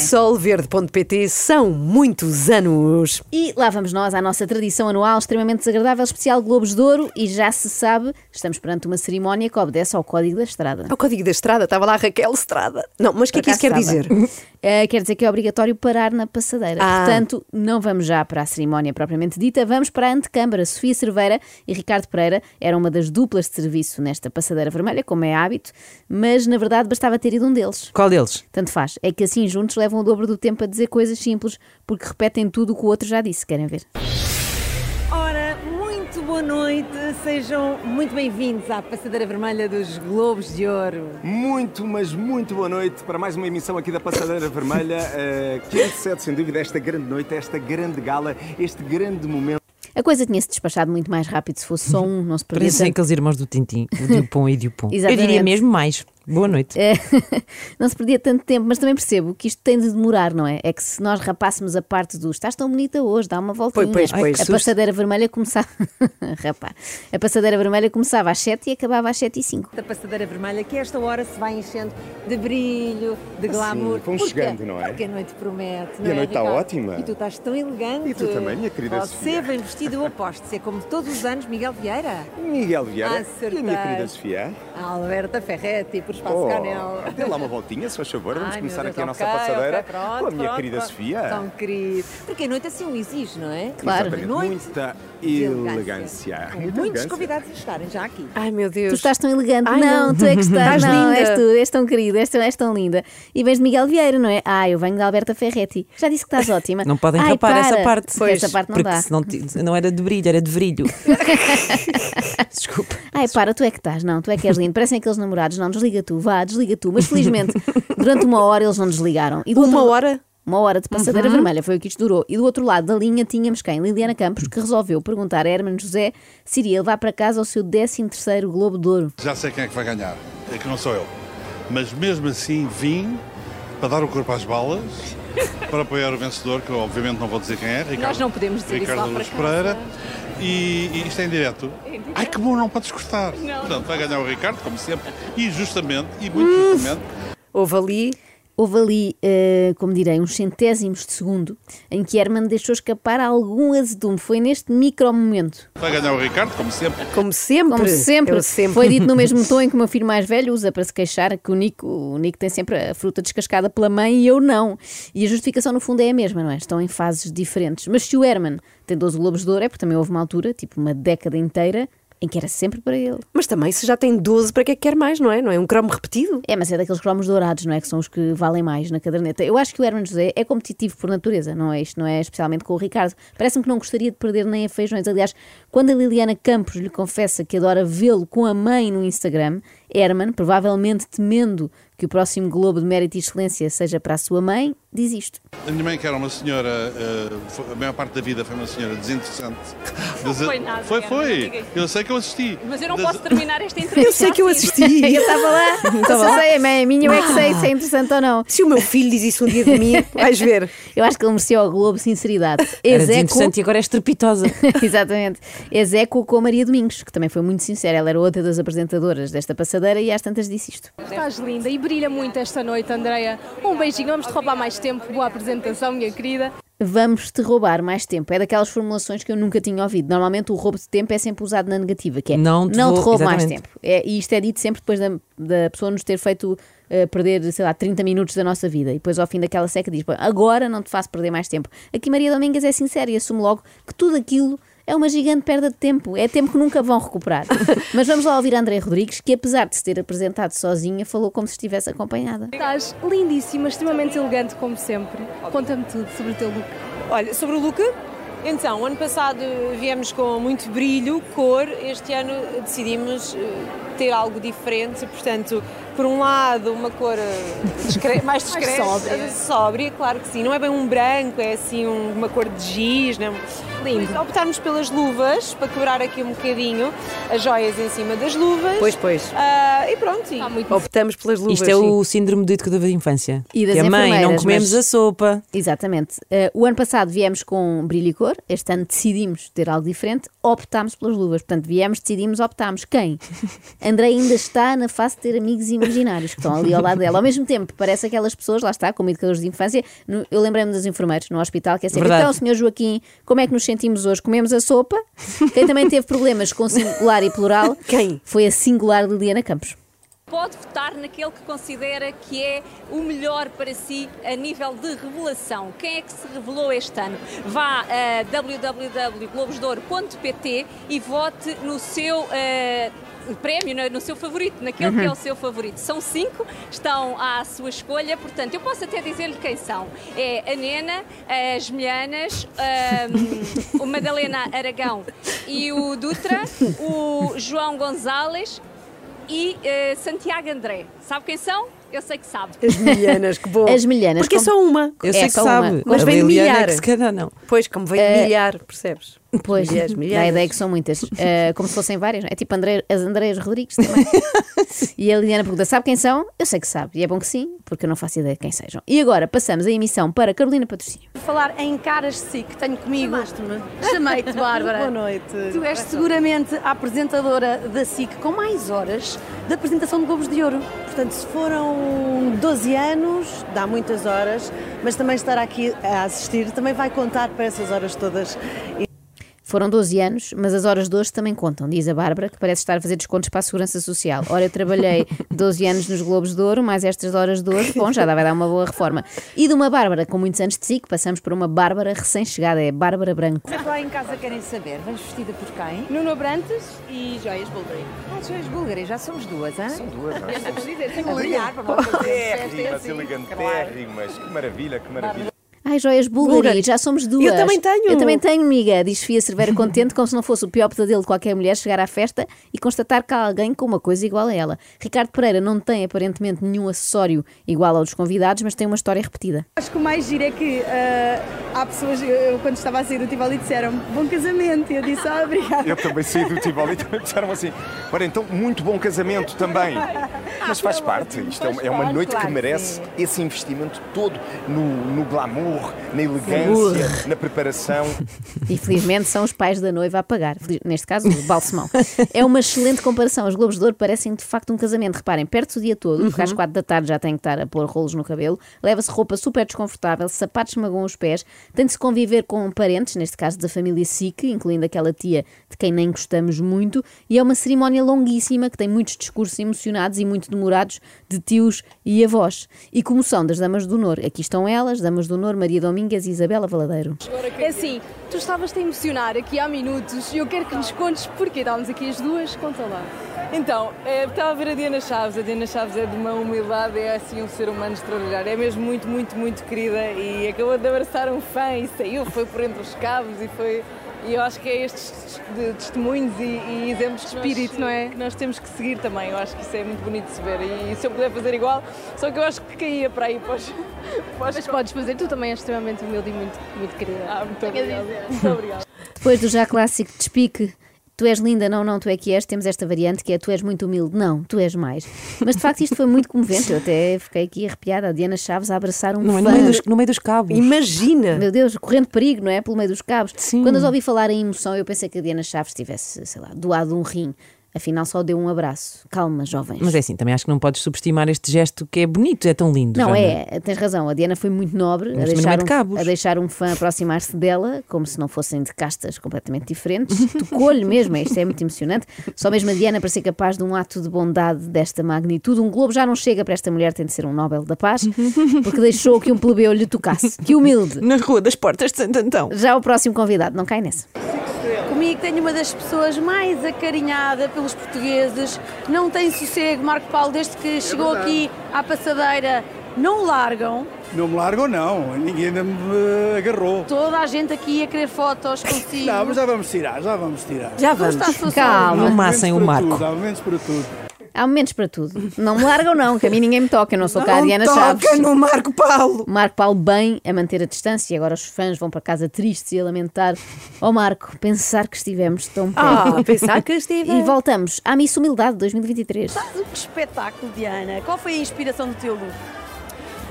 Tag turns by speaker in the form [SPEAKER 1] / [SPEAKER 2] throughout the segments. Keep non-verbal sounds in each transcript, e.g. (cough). [SPEAKER 1] solverde.pt são muitos anos.
[SPEAKER 2] E lá vamos nós à nossa tradição anual extremamente desagradável, especial Globos de Ouro. E já se sabe, estamos perante uma cerimónia que obedece ao Código da Estrada.
[SPEAKER 1] Ao É código da estrada, estava lá a Raquel Estrada. Não, mas o que é que
[SPEAKER 2] Por
[SPEAKER 1] isso quer
[SPEAKER 2] acaso
[SPEAKER 1] dizer?
[SPEAKER 2] estava. (laughs) Eh, quer dizer que é obrigatório parar na passadeira.
[SPEAKER 1] Ah.
[SPEAKER 2] Portanto, não vamos já para a cerimónia propriamente dita, vamos para a antecâmara. Sofia Cerveira e Ricardo Pereira eram uma das duplas de serviço nesta passadeira vermelha, como é hábito, mas na verdade bastava ter ido um deles.
[SPEAKER 3] Qual deles?
[SPEAKER 2] Tanto faz. É que assim juntos levam o dobro do tempo a dizer coisas simples, porque repetem tudo o que o outro já disse. Querem ver?
[SPEAKER 4] Ora, muito boa noite, sejam muito bem-vindos à Passadeira Vermelha dos Globos de Ouro.
[SPEAKER 5] Muito, mas muito boa noite para mais uma emissão aqui da Passadeira Vermelha, eh, que antecede, sem dúvida, esta grande noite, esta grande gala, este grande momento.
[SPEAKER 2] A coisa tinha-se despachado muito mais rápido se fosse só um, não se perdia
[SPEAKER 3] Parecem
[SPEAKER 2] tanto.
[SPEAKER 3] aqueles irmãos do Tintim, o Dupont
[SPEAKER 2] (laughs)
[SPEAKER 3] e Dupont. Eu
[SPEAKER 2] Exatamente.
[SPEAKER 3] diria mesmo mais. Boa noite.
[SPEAKER 2] É, (laughs) não se perdia tanto tempo, mas também percebo que isto tem de demorar, não é? É que se nós rapássemos a parte do estás tão bonita hoje, dá uma voltinha.
[SPEAKER 1] Pois, pois, pois.
[SPEAKER 2] a
[SPEAKER 1] Susto.
[SPEAKER 2] passadeira vermelha começava. (laughs) Rapá. A passadeira vermelha começava às 7 e acabava às 7 e 5.
[SPEAKER 4] Da Passadeira Vermelha, que esta hora se vai enchendo de brilho, de glamour.
[SPEAKER 5] vão
[SPEAKER 4] Porque-
[SPEAKER 5] Ah, chegando, não é?
[SPEAKER 4] Porque a noite promete,
[SPEAKER 5] E
[SPEAKER 4] não
[SPEAKER 5] a
[SPEAKER 4] é,
[SPEAKER 5] noite está
[SPEAKER 4] Ricardo?
[SPEAKER 5] ótima.
[SPEAKER 4] E tu estás tão elegante.
[SPEAKER 5] E tu também, minha querida
[SPEAKER 4] Você
[SPEAKER 5] Sofia.
[SPEAKER 4] bem vestido, eu aposto ser como todos os anos, Miguel
[SPEAKER 5] (laughs)
[SPEAKER 4] Vieira.
[SPEAKER 5] Miguel Vieira
[SPEAKER 4] Ah, Acertei.
[SPEAKER 5] e a minha querida Sofia.
[SPEAKER 4] A Alberta Ferretti, por Espaço
[SPEAKER 5] Oh, (laughs)
[SPEAKER 4] Canel.
[SPEAKER 5] dê lá uma voltinha, se faz favor, vamos
[SPEAKER 4] Ai,
[SPEAKER 5] começar
[SPEAKER 4] meu
[SPEAKER 5] aqui a
[SPEAKER 4] Deus,
[SPEAKER 5] nossa
[SPEAKER 4] ok,
[SPEAKER 5] passadeira
[SPEAKER 4] ok, pronto,
[SPEAKER 5] pela minha
[SPEAKER 4] pronto,
[SPEAKER 5] querida
[SPEAKER 4] pronto.
[SPEAKER 5] Sofia.
[SPEAKER 4] Tão querido. Porque a noite assim o exige, não é?
[SPEAKER 2] Claro.
[SPEAKER 5] Exatamente,
[SPEAKER 4] Noite
[SPEAKER 5] muita
[SPEAKER 4] de
[SPEAKER 5] elegância.
[SPEAKER 4] Com
[SPEAKER 5] Muita
[SPEAKER 4] muitos
[SPEAKER 5] elegância.
[SPEAKER 4] convidados a estarem já aqui.
[SPEAKER 1] Ai meu Deus.
[SPEAKER 2] Tu estás tão elegante.
[SPEAKER 1] Ai,
[SPEAKER 2] não,
[SPEAKER 1] não.
[SPEAKER 2] tu é que estás.
[SPEAKER 1] Estás
[SPEAKER 2] não,
[SPEAKER 1] linda.
[SPEAKER 2] és tu, és tão querido, és tão, és tão linda. E vens de Miguel Vieira, não é? Ah, eu venho de Alberta Ferretti. Já disse que estás ótima.
[SPEAKER 3] Não podem
[SPEAKER 2] Ai,
[SPEAKER 3] rapar
[SPEAKER 2] para.
[SPEAKER 3] essa parte.
[SPEAKER 2] essa parte não
[SPEAKER 3] porque
[SPEAKER 2] dá.
[SPEAKER 3] senão ti- não era de brilho, era
[SPEAKER 2] (laughs)
[SPEAKER 3] de (laughs) brilho. Desculpa.
[SPEAKER 2] Ai, para, tu é que estás, não, tu é que és lindo. Parecem aqueles namorados, não, desliga tu, vá, desliga tu. Mas felizmente, durante uma hora eles não desligaram. E do
[SPEAKER 1] Uma
[SPEAKER 2] outro-
[SPEAKER 1] hora? Uhum.
[SPEAKER 2] Uma hora de passadeira vermelha, foi o que isto durou. E do outro lado da linha tínhamos quem? Liliana Campos, que resolveu perguntar a Herman José se iria levar para casa o seu 13 Globo de Ouro.
[SPEAKER 6] Já sei quem é que vai ganhar, é que não sou eu. Mas mesmo assim vim para dar o corpo às balas, para apoiar o vencedor, que eu obviamente não vou dizer quem é, Ricardo.
[SPEAKER 4] Nós não podemos dizer isso
[SPEAKER 6] Ricardo
[SPEAKER 4] lá para
[SPEAKER 6] Luz
[SPEAKER 4] casa.
[SPEAKER 6] Pereira. E, e isto é em direto. Ai que bom, não podes cortar. Portanto, vai ganhar o Ricardo, como sempre, e justamente, e muito justamente.
[SPEAKER 1] Houve ali.
[SPEAKER 2] Houve ali, eh, como direi, uns centésimos de segundo em que Herman deixou escapar algum azedume. Foi neste micro momento.
[SPEAKER 6] Vai ganhar o Ricardo, como sempre.
[SPEAKER 1] Como sempre,
[SPEAKER 2] Como sempre,
[SPEAKER 1] Eu sempre.
[SPEAKER 2] foi dito no mesmo tom em que o meu filho mais velho usa para se queixar que o Nico, o Nico tem sempre a fruta descascada pela mãe e eu não. E a justificação no fundo é a mesma, não é? Estão em fases diferentes. Mas se o Herman tem 12 Globos de Ouro é porque também houve uma altura, tipo uma década inteira, em que era sempre para ele.
[SPEAKER 1] Mas também, se já tem 12, para que é que quer mais, não é? Não é um cromo repetido?
[SPEAKER 2] É, mas é daqueles cromos dourados, não é? Que são os que valem mais na caderneta. Eu acho que o Herman José é competitivo por natureza, não é? Isto não é especialmente com o Ricardo. Parece-me que não gostaria de perder nem a feijões. Aliás, quando a Liliana Campos lhe confessa que adora vê-lo com a mãe no Instagram, Herman, provavelmente temendo que o próximo Globo de Mérito e Excelência seja para a sua mãe, diz (laughs) isto.
[SPEAKER 6] A minha mãe, que era uma senhora, eh, foi- a maior parte da vida foi uma senhora desinteressante. Não
[SPEAKER 7] foi nada,
[SPEAKER 6] Foi,
[SPEAKER 7] Ana, não
[SPEAKER 6] foi.
[SPEAKER 7] diga isso.
[SPEAKER 6] Eu sei que eu assisti.
[SPEAKER 7] Mas eu não
[SPEAKER 6] Das-
[SPEAKER 7] posso terminar esta entrevista.
[SPEAKER 1] Eu sei que eu
[SPEAKER 7] assim.
[SPEAKER 1] assisti.
[SPEAKER 2] estava lá. Não sei, a mãe é minha, eu é que sei se é (laughs) interessante ou não.
[SPEAKER 1] se o meu filho diz isso um dia de mim, vais ver.
[SPEAKER 2] Eu acho que ele mereceu ao Globo sinceridade.
[SPEAKER 3] Era
[SPEAKER 2] Execo-
[SPEAKER 3] desinteressante e agora é
[SPEAKER 1] (laughs)
[SPEAKER 3] estrepitosa.
[SPEAKER 2] (laughs) Exatamente. Execo com a Maria Domingos, que também foi muito sincera. Ela era outra das apresentadoras desta passadeira e às tantas disse isto.
[SPEAKER 7] Estás linda e brilha muito esta noite, Andreia. Um beijinho, vamos te roubar mais tempo. Boa apresentação, minha querida.
[SPEAKER 2] Vamos te roubar mais tempo. É daquelas formulações que eu nunca tinha ouvido. Normalmente o roubo de tempo é sempre usado na negativa, que é
[SPEAKER 3] Não te vou-
[SPEAKER 2] roubo mais
[SPEAKER 3] exatamente.
[SPEAKER 2] tempo. É, e isto é dito sempre depois da, da pessoa nos ter feito eh, perder, sei lá, 30 minutos da nossa vida. E depois ao fim daquela seca diz, "Bom, agora não te faço perder mais tempo. Aqui Maria Domingas é sincera e assume logo que tudo aquilo é uma gigante perda de tempo. É tempo que nunca vão
[SPEAKER 3] (laughs)
[SPEAKER 2] recuperar. Mas vamos lá ouvir a André Rodrigues, que apesar de se ter apresentado sozinha, falou como se estivesse acompanhada.
[SPEAKER 7] Estás lindíssima, extremamente elegante, como sempre. Conta-me tudo sobre o teu look.
[SPEAKER 4] Olha, sobre o look, então, ano passado viemos com muito brilho, cor, este ano decidimos eh, ter algo diferente, portanto, por um lado, uma cor eh,
[SPEAKER 7] (laughs)
[SPEAKER 4] discre- mais discreta,
[SPEAKER 7] sóbria.
[SPEAKER 4] sóbria, claro que sim, não é bem um branco, é assim um- uma cor de giz, não
[SPEAKER 7] Lindo.
[SPEAKER 4] Depois Optámos pelas luvas, para quebrar aqui um bocadinho as joias em cima das luvas.
[SPEAKER 1] Pois, pois.
[SPEAKER 4] Ah, e pronto, e
[SPEAKER 7] Está muito
[SPEAKER 1] Optamos pelas luvas.
[SPEAKER 3] Isto é
[SPEAKER 1] sim.
[SPEAKER 3] o síndrome do educador de infância.
[SPEAKER 2] E das
[SPEAKER 3] que a mãe, não
[SPEAKER 2] enfermeiras,
[SPEAKER 3] comemos
[SPEAKER 2] mas-
[SPEAKER 3] a sopa.
[SPEAKER 2] Exatamente. Eh, o ano passado viemos com um brilho e cor, este ano decidimos ter algo diferente, optámos pelas luvas. Portanto, viemos, decidimos, optámos. Quem? Andrei ainda está na fase de ter amigos imaginários que estão ali ao lado dela. Ao mesmo tempo, parece aquelas pessoas, lá está, como educadores de infância. No- eu lembrei-me dos enfermeiros no hospital, que é sempre,
[SPEAKER 3] Verdade.
[SPEAKER 2] então, senhor Joaquim, como é que nos sentimos hoje? Comemos a sopa? Quem também teve problemas com singular e plural
[SPEAKER 1] Quem?
[SPEAKER 2] foi a singular Liliana Campos.
[SPEAKER 8] pode votar naquele que considera que é o melhor para si a nível de revelação. Quem é que se revelou este ano? Vá a www.globosdouro.pt e vote no seu eh, prémio, na- no seu favorito, naquele que é o seu favorito. São cinco, estão à sua escolha, portanto, eu posso até dizer-lhe quem são. É a Nena, as Mianas, ahm, o Madalena Aragão e o Dutra, o João Gonzalez e eh, Santiago André. Sabe quem são? Eu sei que sabe.
[SPEAKER 1] As milhanas, que bom.
[SPEAKER 2] (laughs) As milhanas,
[SPEAKER 1] Porque é
[SPEAKER 2] como-
[SPEAKER 1] só uma.
[SPEAKER 3] Eu
[SPEAKER 2] É
[SPEAKER 3] sei que
[SPEAKER 2] só
[SPEAKER 3] sabe.
[SPEAKER 2] uma.
[SPEAKER 1] Mas
[SPEAKER 3] a
[SPEAKER 1] vem de
[SPEAKER 3] Liliana é
[SPEAKER 1] milhar.
[SPEAKER 3] que se calhar não.
[SPEAKER 1] Pois, como veio
[SPEAKER 2] Eh,
[SPEAKER 1] de milhar, percebes?
[SPEAKER 2] Pois,
[SPEAKER 1] Milhares,
[SPEAKER 2] dá a
[SPEAKER 1] milhares.
[SPEAKER 2] ideia que são muitas. Eh, como se fossem várias, não é? É tipo André, as Andréas Rodrigues também. e a Liliana pergunta: sabe quem são? Eu sei que sabe. E é bom que sim, porque eu não faço ideia de quem sejam. E agora passamos a emissão para Carolina Patrocínio.
[SPEAKER 9] falar em caras SIC que tenho comigo.
[SPEAKER 1] Chamaste-me.
[SPEAKER 9] Chamei-te, Bárbara.
[SPEAKER 10] (laughs)
[SPEAKER 1] Boa noite.
[SPEAKER 9] Tu és seguramente a apresentadora da SIC com mais horas da apresentação de Globos de Ouro.
[SPEAKER 10] Portanto, se foram 12 anos, dá muitas horas, mas também estar aqui a assistir também vai contar para essas horas todas. E
[SPEAKER 2] Foram 12 anos, mas as horas de hoje também contam, diz a Bárbara, que parece estar a fazer descontos para a Segurança Social. Ora, eu trabalhei 12 anos nos Globos de Ouro, mais estas horas de hoje, bom, já dá- vai dar uma boa reforma. E de uma Bárbara com muitos anos de si, que passamos por uma Bárbara recém-chegada, é Bárbara Branco.
[SPEAKER 9] Mas lá em casa querem saber, vens vestida por quem?
[SPEAKER 7] Nuno Abrantes e Joias Boldrin.
[SPEAKER 9] Nós somos búlgaras, já somos duas, hein?
[SPEAKER 5] São duas, é? acho.
[SPEAKER 9] A brilhar para
[SPEAKER 5] Térrimas, elegantérrimas. Que maravilha, que maravilha.
[SPEAKER 2] Ai, joias búlgaras,
[SPEAKER 1] Búlgaras.
[SPEAKER 2] já somos duas.
[SPEAKER 1] Eu também tenho.
[SPEAKER 2] Eu também tenho, amiga, diz Fia Cerveira contente, como se não fosse o pior pesadelo de qualquer mulher chegar à festa e constatar que há alguém com uma coisa igual a ela. Ricardo Pereira não tem aparentemente nenhum acessório igual ao dos convidados, mas tem uma história repetida.
[SPEAKER 10] acho que o mais giro é que há pessoas, eu quando estava a sair do Tivoli disseram bom casamento, e eu disse ah, (laughs) obrigada.
[SPEAKER 5] Eu também saí do Tivoli e também disseram assim. Ora, então, muito bom casamento também. Mas faz parte. Isto é uma, é uma noite que merece esse investimento todo no, no glamour, na elegância, na preparação.
[SPEAKER 2] E felizmente são os pais da noiva a pagar. Feliz- Neste caso, o balsemão. É uma excelente comparação. Os Globos de Ouro parecem de facto um casamento. Reparem, perde-se o dia todo, porque às quatro da tarde já tem que estar a pôr rolos no cabelo, leva-se roupa super desconfortável, sapatos magam os pés, tem de se conviver com parentes, neste caso da família Sikh, incluindo aquela tia de quem nem gostamos muito, e é uma cerimónia longuíssima que tem muitos discursos emocionados e muito demorados de tios e avós. E comoção das Damas do Honor. Aqui estão elas, Damas do Honor, Maria Domingues e Isabela Valadeiro.
[SPEAKER 7] É assim, tu estavas-te a emocionar aqui há minutos e eu quero que nos contes porque estávamos aqui as duas, conta lá.
[SPEAKER 11] Então, eh, estava a ver a Diana Chaves. A Diana Chaves é de uma humildade, é assim um ser humano extraordinário. É mesmo muito, muito, muito querida e acabou de abraçar um fã e saiu, foi por entre os cabos e foi. E eu acho que é estes de- testemunhos e, e exemplos de
[SPEAKER 7] Espírito, não é?
[SPEAKER 11] que nós temos que seguir também. Eu acho que isso é muito bonito de se ver. E se eu puder fazer igual, só que eu acho que caía para aí para os. Para os
[SPEAKER 7] Mas podes fazer, tu também és extremamente humilde e muito, muito querida.
[SPEAKER 11] Ah, muito
[SPEAKER 7] Tenho a dizer.
[SPEAKER 11] obrigada. Muito obrigada.
[SPEAKER 2] Depois do já clássico despique, tu és linda, não, não, tu é que és, temos esta variante que é tu és muito humilde, não, tu és mais. Mas de facto isto foi muito comovente, eu até fiquei aqui arrepiada, a Diana Chaves a abraçar um
[SPEAKER 3] Não é
[SPEAKER 2] fã.
[SPEAKER 3] no meio dos, no meio dos cabos.
[SPEAKER 1] Imagina.
[SPEAKER 2] Meu Deus, correndo perigo, não é? Pelo meio dos cabos.
[SPEAKER 3] Sim.
[SPEAKER 2] Quando as ouvi falar em emoção, eu pensei que a Diana Chaves tivesse, sei lá, doado um rim. Afinal, só deu um abraço. Calma, jovens.
[SPEAKER 3] Mas é assim, também acho que não podes subestimar este gesto que é bonito, é tão lindo.
[SPEAKER 2] Não,
[SPEAKER 3] Joana.
[SPEAKER 2] é, tens razão. A Diana foi muito nobre a
[SPEAKER 3] Mas também não
[SPEAKER 2] deixar,
[SPEAKER 3] é de
[SPEAKER 2] um,
[SPEAKER 3] cabos.
[SPEAKER 2] a deixar um fã aproximar-se dela, como se não fossem de castas completamente diferentes. (laughs) Tocou-lhe mesmo, isto é muito emocionante. Só mesmo a Diana para ser capaz de um ato de bondade desta magnitude. Um Globo já não chega para esta mulher, tem de ser um Nobel da
[SPEAKER 3] (laughs)
[SPEAKER 2] Paz, porque deixou que um plebeu lhe tocasse. Que humilde!
[SPEAKER 3] Na Rua das Portas de Santo Antão.
[SPEAKER 2] Já o próximo convidado, não cai nessa.
[SPEAKER 9] Comigo tenho uma das pessoas mais acarinhada pelos portugueses, não tem sossego, Marco Paulo, desde
[SPEAKER 12] É
[SPEAKER 9] que chegou aqui à passadeira, não o largam.
[SPEAKER 12] Não me largam, não. Ninguém ainda me agarrou.
[SPEAKER 9] Toda a gente aqui a querer fotos consigo.
[SPEAKER 12] Não, mas já vamos tirar, já vamos tirar.
[SPEAKER 1] Já
[SPEAKER 9] Como
[SPEAKER 1] vamos.
[SPEAKER 9] está a sua
[SPEAKER 2] Calma.
[SPEAKER 9] saúde?
[SPEAKER 3] Não
[SPEAKER 12] Há
[SPEAKER 3] massem o
[SPEAKER 12] momentos para
[SPEAKER 3] Marco.
[SPEAKER 12] Tudo, há momentos para tudo.
[SPEAKER 2] Há momentos para tudo. Não me largam, não, que a mim ninguém me toca. Eu não sou cá a Diana Chaves.
[SPEAKER 3] no Marco Paulo.
[SPEAKER 2] Marco Paulo bem a manter a distância e agora os fãs vão para casa tristes e a lamentar. Ó Marco, pensar que estivemos tão perto.
[SPEAKER 1] Ah, pensar
[SPEAKER 2] (laughs)
[SPEAKER 1] que estive.
[SPEAKER 2] E voltamos à Miss Humildade 2023.
[SPEAKER 9] Mas Que espetáculo, Diana. Qual foi a inspiração do teu look?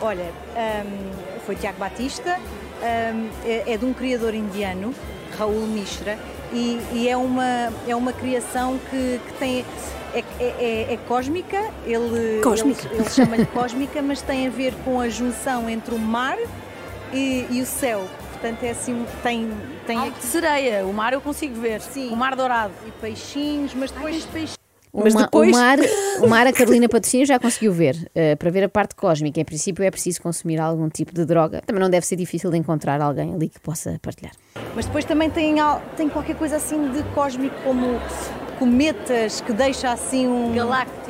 [SPEAKER 10] Olha,
[SPEAKER 13] hum,
[SPEAKER 10] ahm, foi Tiago Batista, ahm, é, é de um criador indiano, Raul Mishra, e, e é, uma, é uma criação que, que tem. É,
[SPEAKER 13] é, é- é cósmica, ele,
[SPEAKER 1] Cósmica.
[SPEAKER 13] ele, ele chama-lhe cósmica, mas tem a ver com a junção entre o mar e, e o céu. Portanto, é assim, tem. tem
[SPEAKER 9] sereia, o mar eu consigo ver.
[SPEAKER 13] Sim. O mar dourado. E peixinhos, mas depois peixinhos.
[SPEAKER 2] O ma- o, mar, o mar, a Carolina Patrocínio já conseguiu ver. Eh, para ver a parte cósmica, em princípio, é preciso consumir algum tipo de droga. Também não deve ser difícil de encontrar alguém ali que possa partilhar.
[SPEAKER 13] Mas depois também tem, al- tem qualquer coisa assim de cósmico, como cometas, que deixa assim um. Galáctico.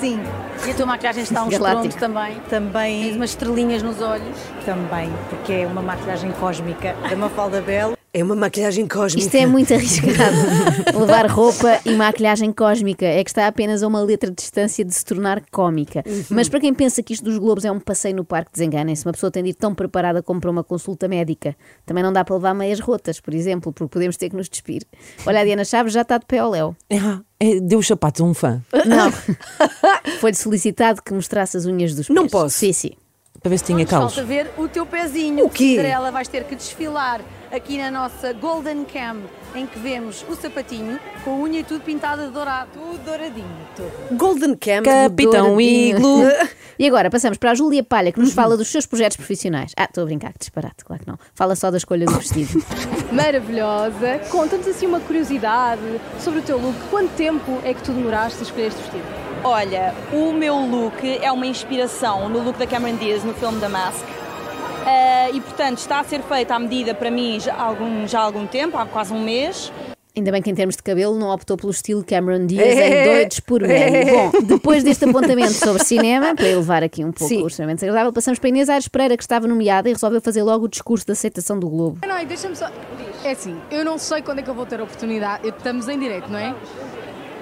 [SPEAKER 13] Sim.
[SPEAKER 9] E a tua maquilhagem está um estronto
[SPEAKER 13] também. Também. Tens umas estrelinhas nos olhos. Também, porque é uma maquilhagem cósmica da Mafalda Belo.
[SPEAKER 1] É uma maquilhagem cósmica.
[SPEAKER 2] Isto é muito arriscado. (laughs) Levar roupa e maquilhagem cósmica é que está apenas a uma letra de distância de se tornar cómica.
[SPEAKER 1] Uhum.
[SPEAKER 2] Mas para quem pensa que isto dos globos é um passeio no parque, desenganem-se. Uma pessoa tem de ir tão preparada como para uma consulta médica. Também não dá para levar meias rotas, por exemplo, porque podemos ter que nos despir. Olha, a Diana Chaves já está de pé ao léu.
[SPEAKER 3] Ah, é, deu os sapatos a um fã.
[SPEAKER 2] (laughs) Foi-lhe solicitado que mostrasse as unhas dos pés. Não posso. Sim, sim.
[SPEAKER 3] Para ver se
[SPEAKER 12] Ah,
[SPEAKER 3] tinha caos.
[SPEAKER 9] Falta ver o teu pezinho. O
[SPEAKER 2] quê?
[SPEAKER 9] Cinderela vais ter que desfilar aqui na nossa Golden Cam, em que vemos o sapatinho com a unha e tudo pintada de dourado. Tudo douradinho, tudo.
[SPEAKER 1] Golden Cam.
[SPEAKER 2] Douradinho.
[SPEAKER 1] Iglo.
[SPEAKER 2] (laughs) E agora passamos para a Júlia Palha, que (laughs) nos fala dos seus projetos profissionais. Ah, estou a brincar, que disparate, claro que não. Fala só da escolha do vestido.
[SPEAKER 7] Maravilhosa. Conta-nos assim uma curiosidade sobre o teu look. Quanto tempo é que tu demoraste a escolher este vestido?
[SPEAKER 14] Olha, o meu look é uma inspiração no look da Cameron Diaz no filme da Mask. Eh, e portanto está a ser feito à medida para mim já há algum, já há algum tempo, há quase um mês.
[SPEAKER 2] Ainda bem que em termos de cabelo não optou pelo estilo Cameron Diaz
[SPEAKER 14] É.
[SPEAKER 2] em doidos por mim.
[SPEAKER 14] É.
[SPEAKER 2] Bom, depois deste apontamento sobre cinema, para elevar aqui um pouco o extremamente desagradável, passamos para Inês Aires Pereira, que estava nomeada e resolveu fazer logo o discurso da aceitação do Globo.
[SPEAKER 7] Não, e deixa-me só. É assim, eu não sei quando é que eu vou ter a oportunidade. Eu- Estamos em direto, não é?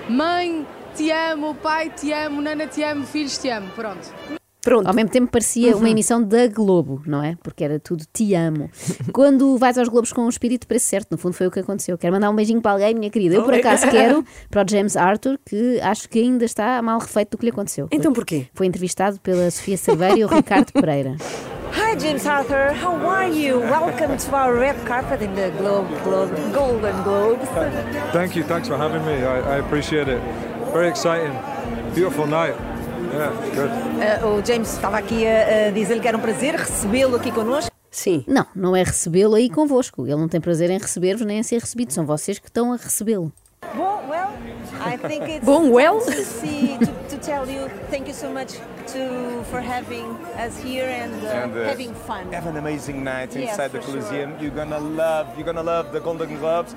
[SPEAKER 7] Mãe, te amo, pai, te amo, nana, te amo, filhos, te amo. Pronto.
[SPEAKER 1] Pronto.
[SPEAKER 2] Ao mesmo tempo parecia
[SPEAKER 7] Uhum.
[SPEAKER 2] uma emissão da Globo, não é? Porque era tudo te amo. Quando vais aos Globos com um espírito, parece certo. No fundo foi o que aconteceu. Quero mandar um beijinho para alguém, minha querida. Eu por
[SPEAKER 1] Oi.
[SPEAKER 2] acaso quero para o James Arthur, que acho que ainda está mal refeito do que lhe
[SPEAKER 1] (laughs)
[SPEAKER 2] aconteceu.
[SPEAKER 1] Então porquê?
[SPEAKER 2] Foi entrevistado pela Sofia Cerveira e o Ricardo Pereira.
[SPEAKER 15] Hi, James Arthur. How are you? Welcome to our red carpet in the Globe, Globe, Golden Globes.
[SPEAKER 16] Thank you. Thanks for having me. I, I appreciate it. Very exciting. Beautiful night. Yeah, good.
[SPEAKER 15] Eh, o James estava aqui a, a dizer-lhe que era um prazer recebê-lo aqui connosco.
[SPEAKER 1] Sim.
[SPEAKER 2] Não, não é recebê-lo aí convosco. Ele não tem prazer em receber-vos nem em ser recebido. São vocês que estão a recebê-lo.
[SPEAKER 15] Bom, well, I think it's
[SPEAKER 2] Bom, well.
[SPEAKER 15] to see to, to tell you thank you so much to for having us here and, uh,
[SPEAKER 5] And, uh,
[SPEAKER 15] having fun.
[SPEAKER 5] Have an amazing night
[SPEAKER 15] Yes,
[SPEAKER 5] inside the
[SPEAKER 15] for
[SPEAKER 5] Coliseum. You're gonna love, you're gonna love the Golden Globes.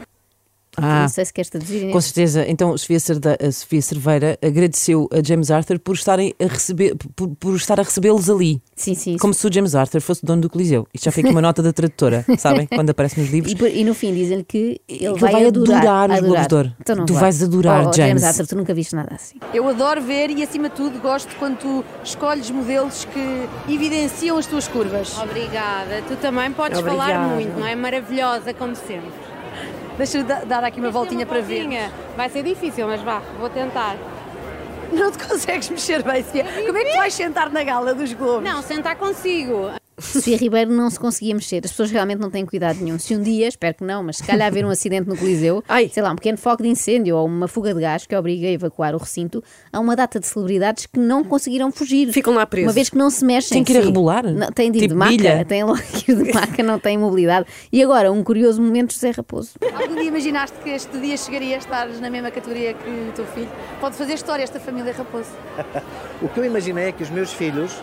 [SPEAKER 2] Não sei se queres traduzir. Inês.
[SPEAKER 3] Ah, Com certeza. Então, Sofia, Cerda, a Sofia Cerveira agradeceu a James Arthur por, estarem a receber, por, por estar a recebê-los ali.
[SPEAKER 2] Sim, sim.
[SPEAKER 3] Como se o James Arthur fosse dono do Coliseu. Isto já foi aqui uma nota da tradutora, sabem? Quando aparece nos livros.
[SPEAKER 2] E, por- e no fim dizem-lhe que ele,
[SPEAKER 3] ele vai adorar os Globos de Ouro.
[SPEAKER 2] Então não
[SPEAKER 3] Tu
[SPEAKER 2] vai.
[SPEAKER 3] vais adorar,
[SPEAKER 2] Oh, oh,
[SPEAKER 3] James.
[SPEAKER 2] Arthur, tu nunca viste nada assim.
[SPEAKER 9] Eu adoro ver e, acima de tudo, gosto quando tu escolhes modelos que evidenciam as tuas curvas.
[SPEAKER 11] Obrigada. Tu também podes
[SPEAKER 9] falar Obrigada. muito, não
[SPEAKER 11] é? Maravilhosa, como sempre.
[SPEAKER 9] Deixa-me da- dar aqui uma voltinha para ver.
[SPEAKER 11] Vai ser difícil, mas vá, vou tentar.
[SPEAKER 9] (laughs) Não te consegues mexer bem, Sofia. Como é que tu vais sentar na gala dos Globos?
[SPEAKER 11] Não, sentar consigo.
[SPEAKER 2] Sofia Ribeiro não se conseguia mexer. As pessoas realmente não têm cuidado nenhum. Se um dia, espero que não, mas se calhar haver um acidente no (laughs) Coliseu, sei lá, um pequeno foco de incêndio ou uma fuga de gás que obriga a evacuar o recinto, há uma data de celebridades que não conseguiram fugir. Ficam lá
[SPEAKER 1] presos.
[SPEAKER 2] Uma vez que não se mexem.
[SPEAKER 1] Têm que ir a
[SPEAKER 2] Sim.
[SPEAKER 1] rebolar?
[SPEAKER 2] Não, têm de ir
[SPEAKER 1] Tipo
[SPEAKER 2] de maca.
[SPEAKER 1] bilha?
[SPEAKER 2] Têm logo que ir de maca, não têm mobilidade. E agora, um curioso momento de José Raposo.
[SPEAKER 9] Algum dia imaginaste que este dia chegaria a estar na mesma categoria que o teu filho? Pode fazer história esta família Raposo.
[SPEAKER 17] O que eu imaginei é que os meus filhos,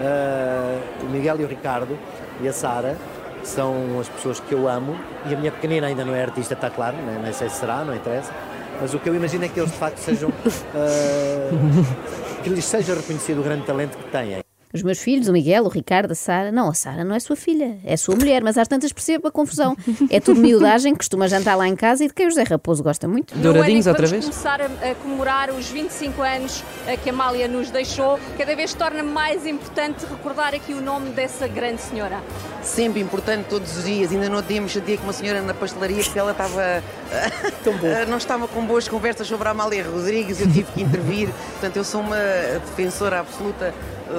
[SPEAKER 17] ah, o Miguel e o Ricardo e a Sara, são as pessoas que eu amo e a minha pequenina ainda não é artista, está claro, nem, nem sei se será, não interessa. Mas o que eu imagino é que eles de facto sejam. ah, (laughs) que lhes seja reconhecido o grande talento que têm.
[SPEAKER 2] Os meus filhos, o Miguel, o Ricardo, a Sara. Não, a Sara não é sua filha, é sua mulher, mas às tantas percebo a confusão. É tudo miudagem, costuma jantar lá em casa e de quem o José Raposo gosta muito.
[SPEAKER 12] é
[SPEAKER 3] Então,
[SPEAKER 8] No ano em que vamos começar a, a comemorar os 25 anos eh, que a Amália nos deixou. Cada vez torna mais importante recordar aqui o nome dessa grande senhora.
[SPEAKER 18] Sempre importante, todos os dias. Ainda no outro dia me chateei com uma senhora na pastelaria porque ela (laughs) estava. eh, não estava com boas conversas sobre a Amália Rodrigues, eu tive que intervir. Portanto, eu sou uma defensora absoluta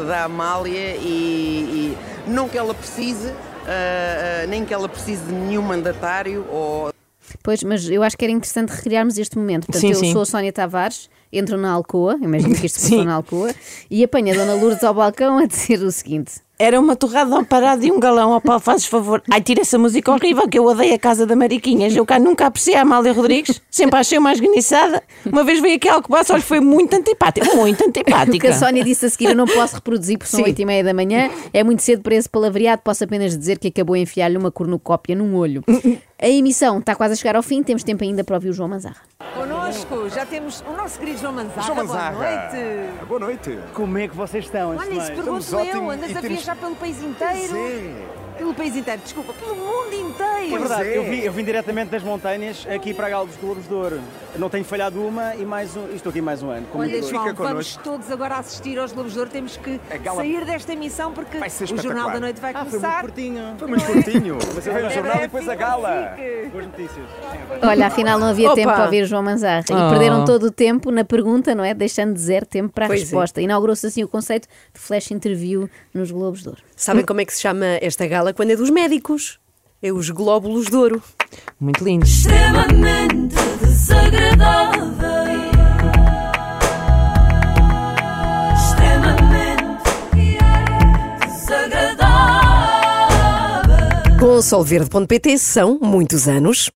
[SPEAKER 18] da Amália e, e não que ela precise, eh, eh, nem que ela precise de nenhum mandatário ou.
[SPEAKER 2] Pois, mas eu acho que era interessante recriarmos este momento. Portanto,
[SPEAKER 3] Sim,
[SPEAKER 2] eu
[SPEAKER 3] sim.
[SPEAKER 2] sou a Sónia Tavares, entro na Alcoa, imagino que isto passou na Alcoa, e apanho a Dona Lourdes ao balcão a dizer o seguinte:
[SPEAKER 3] Era uma torrada ao parado e um galão ao pau, fazes favor. Ai, tira essa música horrível que eu odeio a casa da Mariquinhas. Eu cá nunca apreciei a Amália Rodrigues, sempre a achei uma esganiçada. Uma vez veio aqui ao que passa, olha, foi muito antipática, muito
[SPEAKER 2] O que
[SPEAKER 3] antipática.
[SPEAKER 2] a Sónia disse a seguir, eu não posso reproduzir porque são
[SPEAKER 3] Sim.
[SPEAKER 2] 8 e meia da manhã, é muito cedo para esse palavreado, posso apenas dizer que acabou a enfiar-lhe uma cornucópia num olho. A emissão está quase a chegar ao fim, temos tempo ainda para ouvir o João Manzarra.
[SPEAKER 8] Connosco já temos o nosso querido João Manzarra.
[SPEAKER 5] João Manzarra.
[SPEAKER 8] Ah, tá, Boa noite.
[SPEAKER 5] Boa noite.
[SPEAKER 18] Como é que vocês estão?
[SPEAKER 8] Olha, isso
[SPEAKER 5] Estamos
[SPEAKER 8] pergunto eu.
[SPEAKER 5] ótimo
[SPEAKER 8] Andas
[SPEAKER 5] e
[SPEAKER 8] a
[SPEAKER 5] temos-
[SPEAKER 8] viajar pelo país inteiro. Pelo país inteiro, desculpa, pelo mundo inteiro.
[SPEAKER 18] É verdade, eu, vim, eu vim diretamente das montanhas aqui para a Galo dos Globos de Ouro. Não tenho falhado uma e mais um. e Estou aqui mais um ano. como
[SPEAKER 8] Olha,
[SPEAKER 18] todos.
[SPEAKER 8] João, vamos todos agora assistir aos Globos de Ouro. Temos que
[SPEAKER 18] gala-
[SPEAKER 8] sair desta emissão porque
[SPEAKER 18] Vai ser
[SPEAKER 8] o Jornal
[SPEAKER 18] espetacular.
[SPEAKER 8] da Noite vai
[SPEAKER 18] Ah, foi muito
[SPEAKER 8] começar.
[SPEAKER 5] Foi muito curtinho. Você veio no
[SPEAKER 18] Até
[SPEAKER 5] jornal e
[SPEAKER 18] breve,
[SPEAKER 5] depois a gala.
[SPEAKER 18] Boas notícias.
[SPEAKER 2] Olha, afinal não havia
[SPEAKER 18] Opa!
[SPEAKER 2] tempo para ouvir o João Manzarra. E
[SPEAKER 18] Oh.
[SPEAKER 2] perderam todo o tempo na pergunta, não é? Deixando de zero tempo para a
[SPEAKER 1] Pois é.
[SPEAKER 2] resposta. Inaugurou-se assim o conceito de flash interview nos Globos de Ouro.
[SPEAKER 1] Sabem como é que se chama esta gala quando é dos médicos? É os glóbulos de ouro.
[SPEAKER 3] Muito lindo.
[SPEAKER 9] extremamente desagradável. Extremamente desagradável.
[SPEAKER 1] Com o solverde.pt são muitos anos.